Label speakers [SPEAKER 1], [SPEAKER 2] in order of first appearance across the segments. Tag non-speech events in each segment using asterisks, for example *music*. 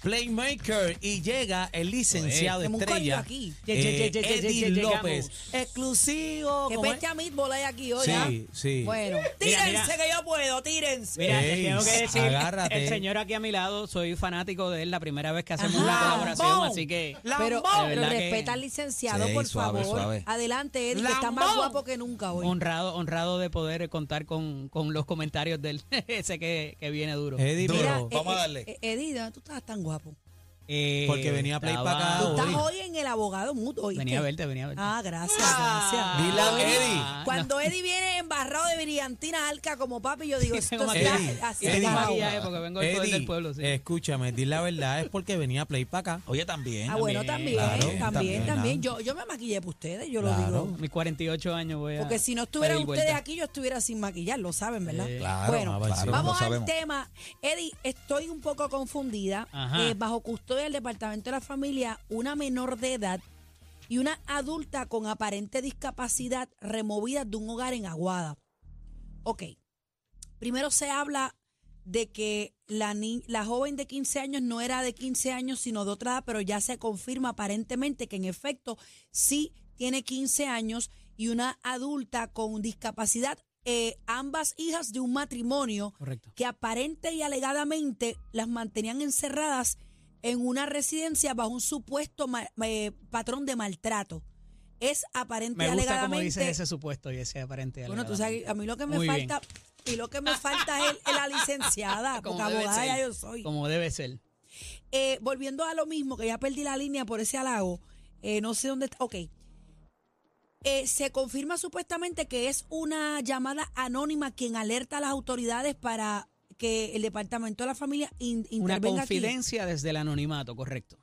[SPEAKER 1] Playmaker y llega el licenciado
[SPEAKER 2] Como un código
[SPEAKER 1] estrella
[SPEAKER 2] aquí.
[SPEAKER 1] eh,
[SPEAKER 3] Ye- ye- ye- ye- ye-
[SPEAKER 1] Eddie
[SPEAKER 3] ye- llegamos.
[SPEAKER 1] López exclusivo
[SPEAKER 2] Que
[SPEAKER 1] como
[SPEAKER 2] peste a meatball hay aquí hoy,
[SPEAKER 1] Sí,
[SPEAKER 2] ¿ah?
[SPEAKER 1] sí.
[SPEAKER 2] Bueno,
[SPEAKER 3] Mira,
[SPEAKER 2] tírense
[SPEAKER 3] mira.
[SPEAKER 2] que yo puedo, tírense.
[SPEAKER 3] Mira, te
[SPEAKER 1] Ey,
[SPEAKER 3] tengo que decir,
[SPEAKER 1] agárrate.
[SPEAKER 3] el señor aquí a mi lado, soy fanático de él, la primera vez que hacemos una
[SPEAKER 2] Ajá.
[SPEAKER 3] colaboración,
[SPEAKER 2] Lambón.
[SPEAKER 3] así que...
[SPEAKER 2] pero,
[SPEAKER 3] De
[SPEAKER 2] pero
[SPEAKER 3] verdad que-
[SPEAKER 2] respeta al licenciado,
[SPEAKER 1] Sí,
[SPEAKER 2] por
[SPEAKER 1] suave,
[SPEAKER 2] favor.
[SPEAKER 1] suave.
[SPEAKER 2] Adelante, Eddie, que está más
[SPEAKER 1] Lambón.
[SPEAKER 2] guapo que nunca hoy.
[SPEAKER 3] Honrado, honrado de poder contar con, con los comentarios del *laughs* ese que, que viene duro.
[SPEAKER 1] Eddie,
[SPEAKER 2] Mira,
[SPEAKER 1] pero
[SPEAKER 2] eh, eh, eh, Eddie, ¿dónde tú estás tan guapo?
[SPEAKER 3] Eh,
[SPEAKER 1] porque venía a play
[SPEAKER 3] estaba-
[SPEAKER 1] para acá
[SPEAKER 2] Tú estás
[SPEAKER 1] Uy.
[SPEAKER 2] hoy en el abogado mutuo, ¿oíste?
[SPEAKER 3] Venía a verte, venía a verte.
[SPEAKER 2] Ah, gracias, gracias.
[SPEAKER 1] Dile a Eddie.
[SPEAKER 3] Ah,
[SPEAKER 2] Cuando Eddie viene embarrado de brillantina alca como papi,
[SPEAKER 3] *laughs*
[SPEAKER 2] yo digo, esto
[SPEAKER 3] Tengo
[SPEAKER 2] está
[SPEAKER 3] maquillaje.
[SPEAKER 2] así.
[SPEAKER 3] Eddie,
[SPEAKER 2] acabado.
[SPEAKER 3] maquillaje, eh, porque vengo del poder
[SPEAKER 1] Eddie, eh,
[SPEAKER 3] del pueblo, sí.
[SPEAKER 1] escúchame, di la verdad, es porque venía a play para acá.
[SPEAKER 4] Oye, también.
[SPEAKER 2] Ah, bueno, también,
[SPEAKER 1] Claro,
[SPEAKER 2] también, también.
[SPEAKER 1] también, ah.
[SPEAKER 2] Yo, yo me maquillé para ustedes, yo
[SPEAKER 1] Claro.
[SPEAKER 2] lo digo.
[SPEAKER 3] A mis 48 años voy a...
[SPEAKER 2] Porque si no estuvieran
[SPEAKER 3] pedir
[SPEAKER 2] ustedes
[SPEAKER 3] vuelta.
[SPEAKER 2] aquí, yo estuviera sin maquillar, lo saben, ¿verdad?
[SPEAKER 3] Eh,
[SPEAKER 1] claro,
[SPEAKER 2] bueno,
[SPEAKER 1] más vale,
[SPEAKER 2] vamos
[SPEAKER 4] sí, lo
[SPEAKER 2] al
[SPEAKER 4] sabemos.
[SPEAKER 2] tema. Eddie, estoy un poco confundida.
[SPEAKER 3] Ajá.
[SPEAKER 2] Eh, bajo custodia del Departamento de la Familia, una menor de edad y una adulta con aparente discapacidad removida de un hogar en Aguada. Ok, primero se habla de que la, ni- la joven de 15 años no era de 15 años, sino de otra edad, pero ya se confirma aparentemente que en efecto sí tiene 15 años y una adulta con discapacidad, eh, ambas hijas de un matrimonio
[SPEAKER 3] Correcto.
[SPEAKER 2] que aparente y alegadamente las mantenían encerradas en una residencia bajo un supuesto ma- eh, patrón de maltrato. Es aparente
[SPEAKER 3] Me
[SPEAKER 2] y
[SPEAKER 3] gusta
[SPEAKER 2] alegadamente.
[SPEAKER 3] como dices ese supuesto y ese aparente.
[SPEAKER 2] Bueno, tú sabes, que a mí lo que me
[SPEAKER 3] Muy bien.
[SPEAKER 2] falta y lo que me falta es, es la licenciada,
[SPEAKER 3] *laughs* Como
[SPEAKER 2] porque
[SPEAKER 3] debe
[SPEAKER 2] abogada
[SPEAKER 3] ser.
[SPEAKER 2] ya yo soy.
[SPEAKER 3] Como debe ser.
[SPEAKER 2] Eh, volviendo a lo mismo, que ya perdí la línea por ese halago, eh, no sé dónde está. Ok. Eh, se confirma supuestamente que es una llamada anónima quien alerta a las autoridades para que el Departamento de la Familia in-
[SPEAKER 3] Una
[SPEAKER 2] intervenga aquí.
[SPEAKER 3] confidencia desde el anonimato, correcto.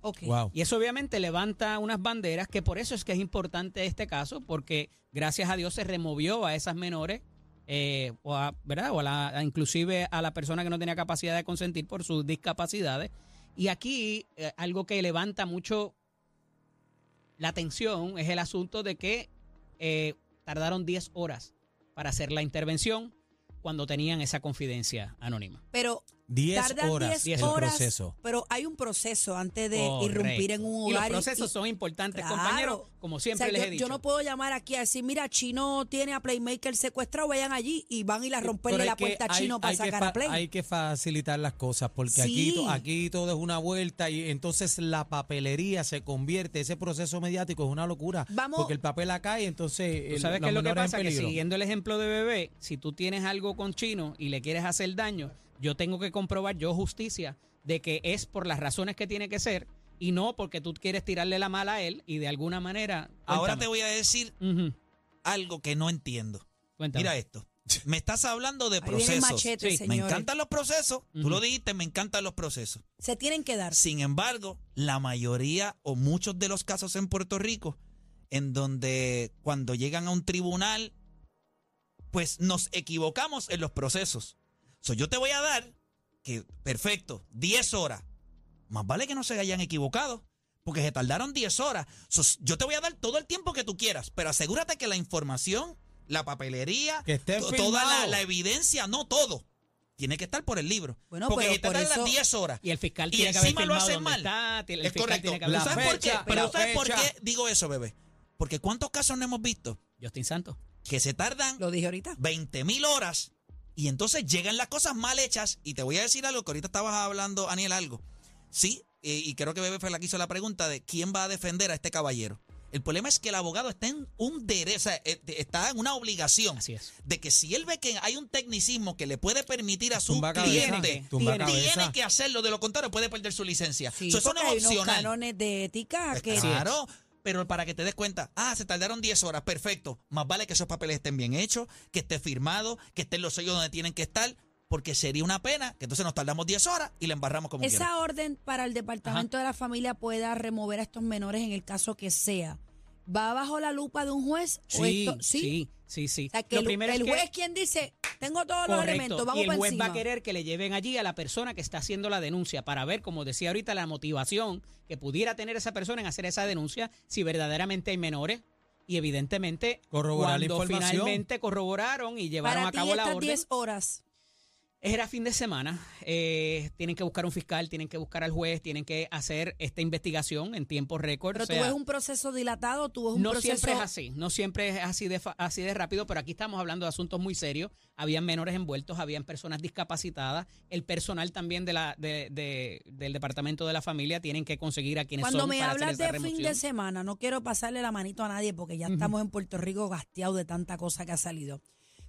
[SPEAKER 2] Ok.
[SPEAKER 1] Wow.
[SPEAKER 3] Y eso obviamente levanta unas banderas que por eso es que es importante este caso, porque gracias a Dios se removió a esas menores, eh, o a, ¿verdad? O a la, a inclusive a la persona que no tenía capacidad de consentir por sus discapacidades. Y aquí eh, algo que levanta mucho la atención es el asunto de que eh, tardaron 10 horas para hacer la intervención cuando tenían esa confidencia anónima.
[SPEAKER 2] Pero
[SPEAKER 1] 10
[SPEAKER 2] tardan
[SPEAKER 1] horas
[SPEAKER 2] 10
[SPEAKER 1] el
[SPEAKER 2] horas,
[SPEAKER 1] proceso.
[SPEAKER 2] pero hay un proceso antes de
[SPEAKER 3] Correcto.
[SPEAKER 2] irrumpir en un
[SPEAKER 3] Y los
[SPEAKER 2] hogar. y-
[SPEAKER 3] procesos
[SPEAKER 2] y-
[SPEAKER 3] son importantes,
[SPEAKER 2] Claro.
[SPEAKER 3] compañeros, como siempre
[SPEAKER 2] O sea,
[SPEAKER 3] les
[SPEAKER 2] yo,
[SPEAKER 3] he dicho.
[SPEAKER 2] yo no puedo llamar aquí a decir, mira, Chino tiene a Playmaker secuestrado, vayan allí y van y la
[SPEAKER 1] Pero
[SPEAKER 2] romperle Pues la
[SPEAKER 1] es que
[SPEAKER 2] puerta a
[SPEAKER 1] hay-
[SPEAKER 2] Chino para
[SPEAKER 1] hay que
[SPEAKER 2] sacar
[SPEAKER 1] fa-
[SPEAKER 2] a Play.
[SPEAKER 1] Hay que facilitar las cosas porque aquí,
[SPEAKER 2] Sí.
[SPEAKER 1] to- aquí todo es una vuelta y entonces la papelería se convierte, ese proceso mediático es una locura.
[SPEAKER 2] Vamos-
[SPEAKER 1] Porque el papel acá y entonces
[SPEAKER 3] ¿Tú
[SPEAKER 1] eh,
[SPEAKER 3] sabes
[SPEAKER 1] los
[SPEAKER 3] qué es lo que
[SPEAKER 1] menores en
[SPEAKER 3] pasa? Que
[SPEAKER 1] peligro.
[SPEAKER 3] siguiendo el ejemplo de bebé, si tú tienes algo con chino y le quieres hacer daño, yo tengo que comprobar yo justicia de que es por las razones que tiene que ser y no porque tú quieres tirarle la mala a él y de alguna manera.
[SPEAKER 4] Ahora te voy a decir
[SPEAKER 3] voy.
[SPEAKER 4] algo que no entiendo. Mira esto. Me estás hablando de
[SPEAKER 2] Ahí viene el
[SPEAKER 4] procesos.
[SPEAKER 2] machete,
[SPEAKER 3] Sí,
[SPEAKER 4] Me
[SPEAKER 2] señores.
[SPEAKER 4] encantan los procesos.
[SPEAKER 3] Ujú.
[SPEAKER 4] Tú lo dijiste, me encantan los procesos.
[SPEAKER 2] Se tienen que dar.
[SPEAKER 4] Sin embargo, la mayoría o muchos de los casos en Puerto Rico, en donde cuando llegan a un tribunal, pues nos equivocamos en los procesos. So, yo te voy a dar que, perfecto, 10 horas. Más vale que no se hayan equivocado, porque se tardaron 10 horas. So, yo te voy a dar todo el tiempo que tú quieras, pero asegúrate que la información, la papelería,
[SPEAKER 1] Que esté
[SPEAKER 4] to- toda la,
[SPEAKER 1] firmado.
[SPEAKER 4] la evidencia, no todo, tiene que estar por el libro.
[SPEAKER 2] Bueno,
[SPEAKER 4] porque
[SPEAKER 2] pero
[SPEAKER 4] se te
[SPEAKER 2] por
[SPEAKER 4] tardan
[SPEAKER 2] eso-
[SPEAKER 4] 10 horas.
[SPEAKER 3] Y el fiscal
[SPEAKER 4] Y
[SPEAKER 3] tiene que haber
[SPEAKER 4] encima lo
[SPEAKER 3] firmado
[SPEAKER 4] hacen
[SPEAKER 3] dónde
[SPEAKER 4] mal.
[SPEAKER 3] está, el
[SPEAKER 4] Es
[SPEAKER 3] fiscal
[SPEAKER 4] correcto.
[SPEAKER 3] tiene que haber
[SPEAKER 1] La
[SPEAKER 4] ¿Tú sabes por qué?
[SPEAKER 1] fecha,
[SPEAKER 4] Pero
[SPEAKER 1] la
[SPEAKER 4] ¿tú sabes por
[SPEAKER 1] fecha.
[SPEAKER 4] qué digo eso, bebé? Porque ¿cuántos casos no hemos visto
[SPEAKER 3] Justin Santos.
[SPEAKER 4] que se tardan
[SPEAKER 2] Lo dije ahorita.
[SPEAKER 4] 20 mil horas y entonces llegan las cosas mal hechas? Y te voy a decir algo, que ahorita estabas hablando, Aniel, algo. Sí, eh, y creo que Bebé fue la que hizo la pregunta de quién va a defender a este caballero. El problema es que el abogado está en un derecho, o sea, eh, está en una obligación
[SPEAKER 3] Así es.
[SPEAKER 4] de que si él ve que hay un tecnicismo que le puede permitir a su
[SPEAKER 1] Tumba cabeza,
[SPEAKER 4] cliente,
[SPEAKER 1] tumba
[SPEAKER 3] tiene-
[SPEAKER 1] cabeza.
[SPEAKER 4] tiene que hacerlo, de lo contrario puede perder su licencia.
[SPEAKER 2] Sí,
[SPEAKER 4] So, eso
[SPEAKER 2] porque
[SPEAKER 4] no
[SPEAKER 2] hay
[SPEAKER 4] es
[SPEAKER 2] unos
[SPEAKER 4] opcional.
[SPEAKER 2] canones de ética
[SPEAKER 4] Pues
[SPEAKER 2] que
[SPEAKER 4] claro, pero para que te des cuenta, ah, se tardaron 10 horas, perfecto. Más vale que esos papeles estén bien hechos, que esté firmado, que estén los sellos donde tienen que estar, porque sería una pena que entonces nos tardamos 10 horas y le embarramos como
[SPEAKER 2] esa
[SPEAKER 4] quiera.
[SPEAKER 2] orden para el Departamento de la Familia pueda remover a estos menores en el caso que sea. ¿Va bajo la lupa de un juez? o
[SPEAKER 3] Sí,
[SPEAKER 2] esto, sí.
[SPEAKER 3] sí, sí, sí.
[SPEAKER 2] O sea, que
[SPEAKER 3] Lo
[SPEAKER 2] el,
[SPEAKER 3] primero es
[SPEAKER 2] el
[SPEAKER 3] que-
[SPEAKER 2] juez quien dice, tengo todos los
[SPEAKER 3] Correcto.
[SPEAKER 2] elementos, vamos
[SPEAKER 3] y el
[SPEAKER 2] para
[SPEAKER 3] juez
[SPEAKER 2] encima.
[SPEAKER 3] va a querer que le lleven allí a la persona que está haciendo la denuncia para ver, como decía ahorita, la motivación que pudiera tener esa persona en hacer esa denuncia si verdaderamente hay menores. Y evidentemente,
[SPEAKER 1] Corroborar la
[SPEAKER 3] cuando
[SPEAKER 1] información.
[SPEAKER 3] finalmente corroboraron y llevaron
[SPEAKER 2] para
[SPEAKER 3] a
[SPEAKER 2] ti
[SPEAKER 3] cabo la
[SPEAKER 2] estas
[SPEAKER 3] orden,
[SPEAKER 2] 10 horas.
[SPEAKER 3] era fin de semana. eh, tienen que buscar un fiscal, tienen que buscar al juez, tienen que hacer esta investigación en tiempo récord.
[SPEAKER 2] Pero
[SPEAKER 3] o
[SPEAKER 2] tú
[SPEAKER 3] sea,
[SPEAKER 2] ves un proceso dilatado, tú ves un
[SPEAKER 3] no
[SPEAKER 2] proceso...
[SPEAKER 3] siempre es así, no siempre es así de, fa- así de rápido, pero aquí estamos hablando de asuntos muy serios. Habían menores envueltos, habían personas discapacitadas. El personal también de la, de- de- del departamento de la familia tienen que conseguir a quienes
[SPEAKER 2] Cuando
[SPEAKER 3] son
[SPEAKER 2] me
[SPEAKER 3] para hacer
[SPEAKER 2] hablas
[SPEAKER 3] esa
[SPEAKER 2] de fin
[SPEAKER 3] remoción.
[SPEAKER 2] de semana, no quiero pasarle la manito a nadie porque ya estamos en Puerto Rico gasteados de tanta cosa que ha salido.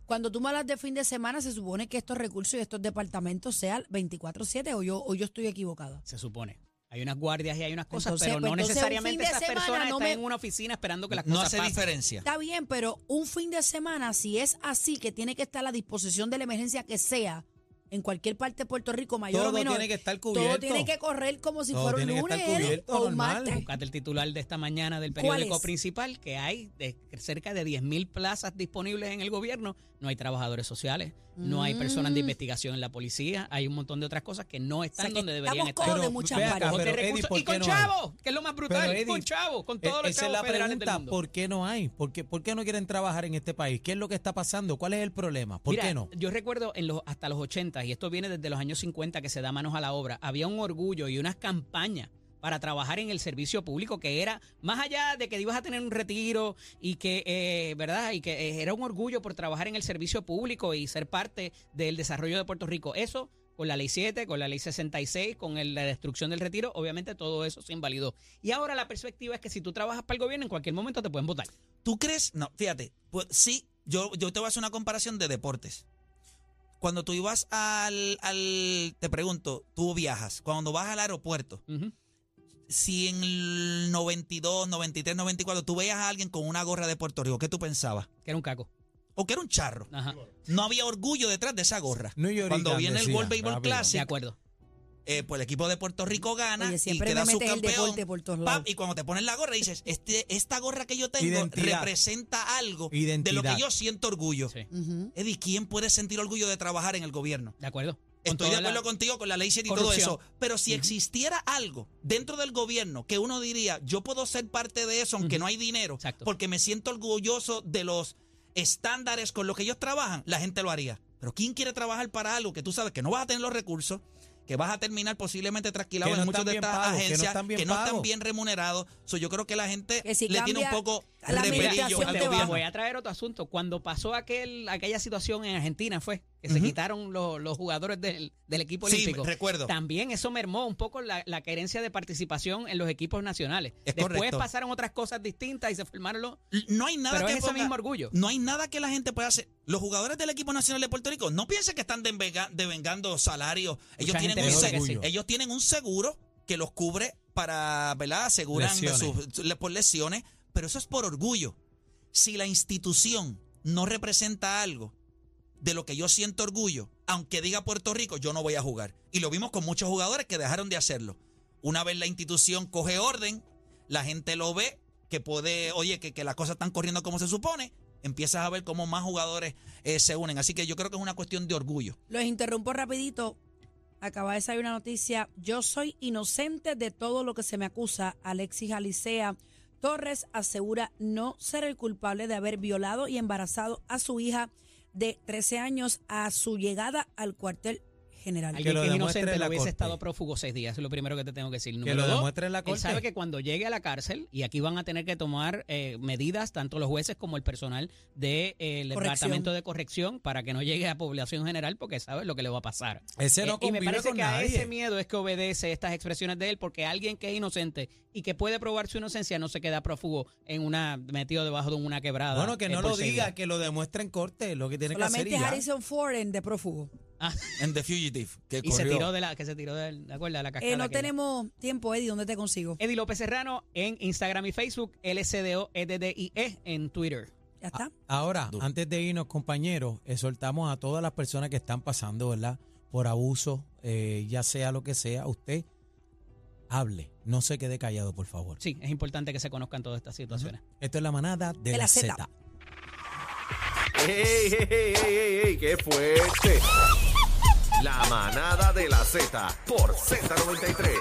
[SPEAKER 2] Cuando tú me hablas de fin de semana, se supone que estos recursos y estos departamentos sean 24-7 o yo, o yo estoy equivocada.
[SPEAKER 3] Se supone. Hay unas guardias y hay unas cosas,
[SPEAKER 2] Entonces,
[SPEAKER 3] pero
[SPEAKER 2] pues,
[SPEAKER 3] no
[SPEAKER 2] entonces, un fin
[SPEAKER 3] necesariamente
[SPEAKER 2] de
[SPEAKER 3] esas
[SPEAKER 2] semana
[SPEAKER 3] personas
[SPEAKER 2] no
[SPEAKER 3] están
[SPEAKER 2] me-
[SPEAKER 3] en una oficina esperando que las
[SPEAKER 4] No
[SPEAKER 3] cosas
[SPEAKER 4] hace
[SPEAKER 3] pasen.
[SPEAKER 4] diferencia.
[SPEAKER 2] Está bien, pero un fin de semana, si es así, que tiene que estar a la disposición de la emergencia que sea, en cualquier parte de Puerto Rico, mayor
[SPEAKER 1] Todo
[SPEAKER 2] o menor,
[SPEAKER 1] tiene que estar cubierto.
[SPEAKER 2] todo tiene que correr como si
[SPEAKER 1] Todo
[SPEAKER 2] fuera un
[SPEAKER 1] tiene que estar
[SPEAKER 2] lunes
[SPEAKER 1] cubierto,
[SPEAKER 2] o un
[SPEAKER 1] normal.
[SPEAKER 2] martes.
[SPEAKER 3] Buscate el titular de esta mañana del
[SPEAKER 2] ¿Cuál
[SPEAKER 3] periódico
[SPEAKER 2] es?
[SPEAKER 3] principal, que hay de cerca de 10.000 plazas disponibles en el gobierno. No hay trabajadores sociales, no hay personas de
[SPEAKER 2] Mm.
[SPEAKER 3] investigación en la policía, hay un montón de otras cosas que no están
[SPEAKER 2] O sea, que
[SPEAKER 3] donde deberían
[SPEAKER 2] estamos
[SPEAKER 3] estar.
[SPEAKER 2] codos de
[SPEAKER 1] Pero,
[SPEAKER 2] muchas
[SPEAKER 1] ve acá,
[SPEAKER 2] partes.
[SPEAKER 3] Con
[SPEAKER 1] pero,
[SPEAKER 3] recursos-
[SPEAKER 1] Eddie, ¿por
[SPEAKER 3] y con
[SPEAKER 1] qué no hay?
[SPEAKER 3] chavos, que es lo más brutal,
[SPEAKER 1] Pero, Eddie,
[SPEAKER 3] con chavos, con todos
[SPEAKER 1] E-
[SPEAKER 3] los
[SPEAKER 1] Esa es
[SPEAKER 3] chavos
[SPEAKER 1] la
[SPEAKER 3] federales del
[SPEAKER 1] pregunta,
[SPEAKER 3] mundo.
[SPEAKER 1] ¿por qué no hay? ¿Por qué, ¿Por qué no quieren trabajar en este país? ¿Qué es lo que está pasando? ¿Cuál es el problema? ¿Por
[SPEAKER 3] Mira,
[SPEAKER 1] qué no?
[SPEAKER 3] Yo recuerdo en los, hasta los 80, y esto viene desde los años 50 que se da manos a la obra, había un orgullo y unas campañas para trabajar en el servicio público que era más allá de que ibas a tener un retiro y que eh, verdad y que eh, era un orgullo por trabajar en el servicio público y ser parte del desarrollo de Puerto Rico eso con la ley 7 con la ley 66 con el- la destrucción del retiro obviamente todo eso se invalidó y ahora la perspectiva es que si tú trabajas para el gobierno en cualquier momento te pueden votar
[SPEAKER 4] ¿Tú crees? No, fíjate, pues sí, yo, yo te voy a hacer una comparación de deportes. Cuando tú ibas al, al, te pregunto, tú viajas, cuando vas al aeropuerto,
[SPEAKER 3] Ujú.
[SPEAKER 4] si en el 92, 93, 94 tú veías a alguien con una gorra de Puerto Rico, ¿qué tú pensabas?
[SPEAKER 3] que era un caco
[SPEAKER 4] O que era un charro.
[SPEAKER 3] Ajá.
[SPEAKER 4] No había orgullo detrás de esa gorra.
[SPEAKER 1] New York
[SPEAKER 4] Cuando
[SPEAKER 1] Yankees,
[SPEAKER 4] viene el
[SPEAKER 1] decía,
[SPEAKER 4] World Baseball
[SPEAKER 1] rápido.
[SPEAKER 3] de
[SPEAKER 4] Classic,
[SPEAKER 3] acuerdo
[SPEAKER 4] eh, pues el equipo de Puerto Rico gana
[SPEAKER 2] Oye,
[SPEAKER 4] y
[SPEAKER 2] siempre
[SPEAKER 4] queda
[SPEAKER 2] me metes el
[SPEAKER 4] subcampeón.
[SPEAKER 2] deporte por todos
[SPEAKER 4] Pap,
[SPEAKER 2] lados.
[SPEAKER 4] y cuando te pones la gorra dices, este, esta gorra que yo tengo
[SPEAKER 1] Identidad.
[SPEAKER 4] representa algo de lo
[SPEAKER 1] Identidad.
[SPEAKER 4] que yo siento orgullo.
[SPEAKER 3] Sí.
[SPEAKER 2] Ujú.
[SPEAKER 4] Eddie, ¿quién puede sentir orgullo de trabajar en el gobierno?
[SPEAKER 3] de acuerdo Con
[SPEAKER 4] Estoy de
[SPEAKER 3] toda la-
[SPEAKER 4] acuerdo contigo con la ley 7 y todo
[SPEAKER 3] corrupción.
[SPEAKER 4] eso. Pero si existiera algo dentro del gobierno que uno diría, yo puedo ser parte de eso aunque
[SPEAKER 3] Ujú.
[SPEAKER 4] no hay dinero,
[SPEAKER 3] Exacto.
[SPEAKER 4] porque me siento orgulloso de los estándares con los que ellos trabajan, la gente lo haría. Pero ¿quién quiere trabajar para algo que tú sabes que no vas a tener los recursos, que vas a terminar posiblemente trasquilado
[SPEAKER 1] Que
[SPEAKER 4] en
[SPEAKER 1] no
[SPEAKER 4] muchas
[SPEAKER 1] están
[SPEAKER 4] de
[SPEAKER 1] bien
[SPEAKER 4] estas
[SPEAKER 1] pagos, que no
[SPEAKER 4] agencias,
[SPEAKER 1] están bien pagos.
[SPEAKER 4] remunerados? So, yo creo que la gente
[SPEAKER 2] Que si
[SPEAKER 4] le tiene un
[SPEAKER 2] cambia
[SPEAKER 4] poco
[SPEAKER 2] la
[SPEAKER 4] repelillo
[SPEAKER 2] administración
[SPEAKER 4] al
[SPEAKER 2] te
[SPEAKER 3] te
[SPEAKER 4] gobierno.
[SPEAKER 3] voy a traer otro asunto. Cuando pasó aquel, aquella situación en Argentina fue que se
[SPEAKER 4] Ujú.
[SPEAKER 3] quitaron los, los jugadores del, del equipo
[SPEAKER 4] Sí,
[SPEAKER 3] olímpico.
[SPEAKER 4] recuerdo.
[SPEAKER 3] También eso mermó un poco la, la querencia de participación en los equipos nacionales.
[SPEAKER 4] Es
[SPEAKER 3] Después
[SPEAKER 4] correcto.
[SPEAKER 3] pasaron otras cosas distintas y se formaron los...
[SPEAKER 4] No hay nada
[SPEAKER 3] Pero
[SPEAKER 4] que
[SPEAKER 3] es ese
[SPEAKER 4] ponga-
[SPEAKER 3] mismo orgullo.
[SPEAKER 4] No hay nada que la gente pueda hacer. Los jugadores del equipo nacional de Puerto Rico no piensen que están devega- devengando salarios. Ellos
[SPEAKER 3] Mucha
[SPEAKER 4] tienen,
[SPEAKER 3] gente
[SPEAKER 4] un
[SPEAKER 1] piensa
[SPEAKER 4] se-
[SPEAKER 1] que sí.
[SPEAKER 4] ellos tienen un seguro que los cubre para, ¿verdad? Aseguran
[SPEAKER 1] Lesiones.
[SPEAKER 4] sus- su- le- por lesiones, pero eso es por orgullo. Si la institución no representa algo de lo que yo siento orgullo, aunque diga Puerto Rico, yo no voy a jugar. Y lo vimos con muchos jugadores que dejaron de hacerlo. Una vez la institución coge orden, la gente lo ve, que puede, oye, que, que las cosas están corriendo como se supone, empiezas a ver cómo más jugadores eh, se unen. Así que yo creo que es una cuestión de orgullo.
[SPEAKER 2] Los interrumpo rapidito. Acaba de salir una noticia. Yo soy inocente de todo lo que se me acusa. Alexis Alicea Torres asegura no ser el culpable de haber violado y embarazado a su hija de 13 años a su llegada al cuartel general.
[SPEAKER 3] Alguien
[SPEAKER 1] lo
[SPEAKER 3] que es
[SPEAKER 1] demuestre
[SPEAKER 3] inocente
[SPEAKER 1] en la
[SPEAKER 3] lo hubiese
[SPEAKER 1] corte.
[SPEAKER 3] estado prófugo seis días. Eso es lo primero que te tengo que decir.
[SPEAKER 1] Que
[SPEAKER 3] Número
[SPEAKER 1] lo
[SPEAKER 3] dos,
[SPEAKER 1] demuestre en la
[SPEAKER 3] Él sabe
[SPEAKER 1] corte.
[SPEAKER 3] que cuando llegue a la cárcel, y aquí van a tener que tomar eh, medidas, tanto los jueces como el personal del
[SPEAKER 2] Corrección.
[SPEAKER 3] Departamento de Corrección, para que no llegue a población general, porque sabe lo que le va a pasar.
[SPEAKER 1] Ese
[SPEAKER 3] Eh,
[SPEAKER 1] no
[SPEAKER 3] y me
[SPEAKER 1] convive
[SPEAKER 3] parece
[SPEAKER 1] con
[SPEAKER 3] que a
[SPEAKER 1] nadie.
[SPEAKER 3] ese miedo es que obedece estas expresiones de él, porque alguien que es inocente y que puede probar su inocencia no se queda prófugo en una metido debajo de una quebrada.
[SPEAKER 1] Bueno, que
[SPEAKER 3] eh,
[SPEAKER 1] no
[SPEAKER 3] por
[SPEAKER 1] lo
[SPEAKER 3] seis
[SPEAKER 1] diga,
[SPEAKER 3] días.
[SPEAKER 1] que lo demuestre en corte, lo que tiene que hacer y
[SPEAKER 2] Solamente
[SPEAKER 1] ya.
[SPEAKER 2] Harrison Ford en de prófugo.
[SPEAKER 4] En The Fugitive, que
[SPEAKER 3] Y se
[SPEAKER 4] corrió.
[SPEAKER 3] tiró de la que se tiró de, ¿te acuerdas? de la Eh, cascada.
[SPEAKER 2] Eh, no
[SPEAKER 3] aquella.
[SPEAKER 2] tenemos tiempo, Eddie. ¿Dónde te consigo?
[SPEAKER 3] Eddie López Serrano en Instagram y Facebook, LSDO EDDIE E en Twitter.
[SPEAKER 2] Ya está.
[SPEAKER 1] Ahora, antes de irnos, compañeros, exhortamos a todas las personas que están pasando, ¿verdad? Por abuso, eh, ya sea lo que sea, usted hable, no se quede callado, por favor.
[SPEAKER 3] Sí, es importante que se conozcan todas estas situaciones.
[SPEAKER 1] Esto es la manada de, la,
[SPEAKER 2] la Zeta.
[SPEAKER 1] Zeta.
[SPEAKER 5] ¡Ey, ey, ey, ey, ey, ey! ¡Qué fuerte! La manada de la Z por Z93.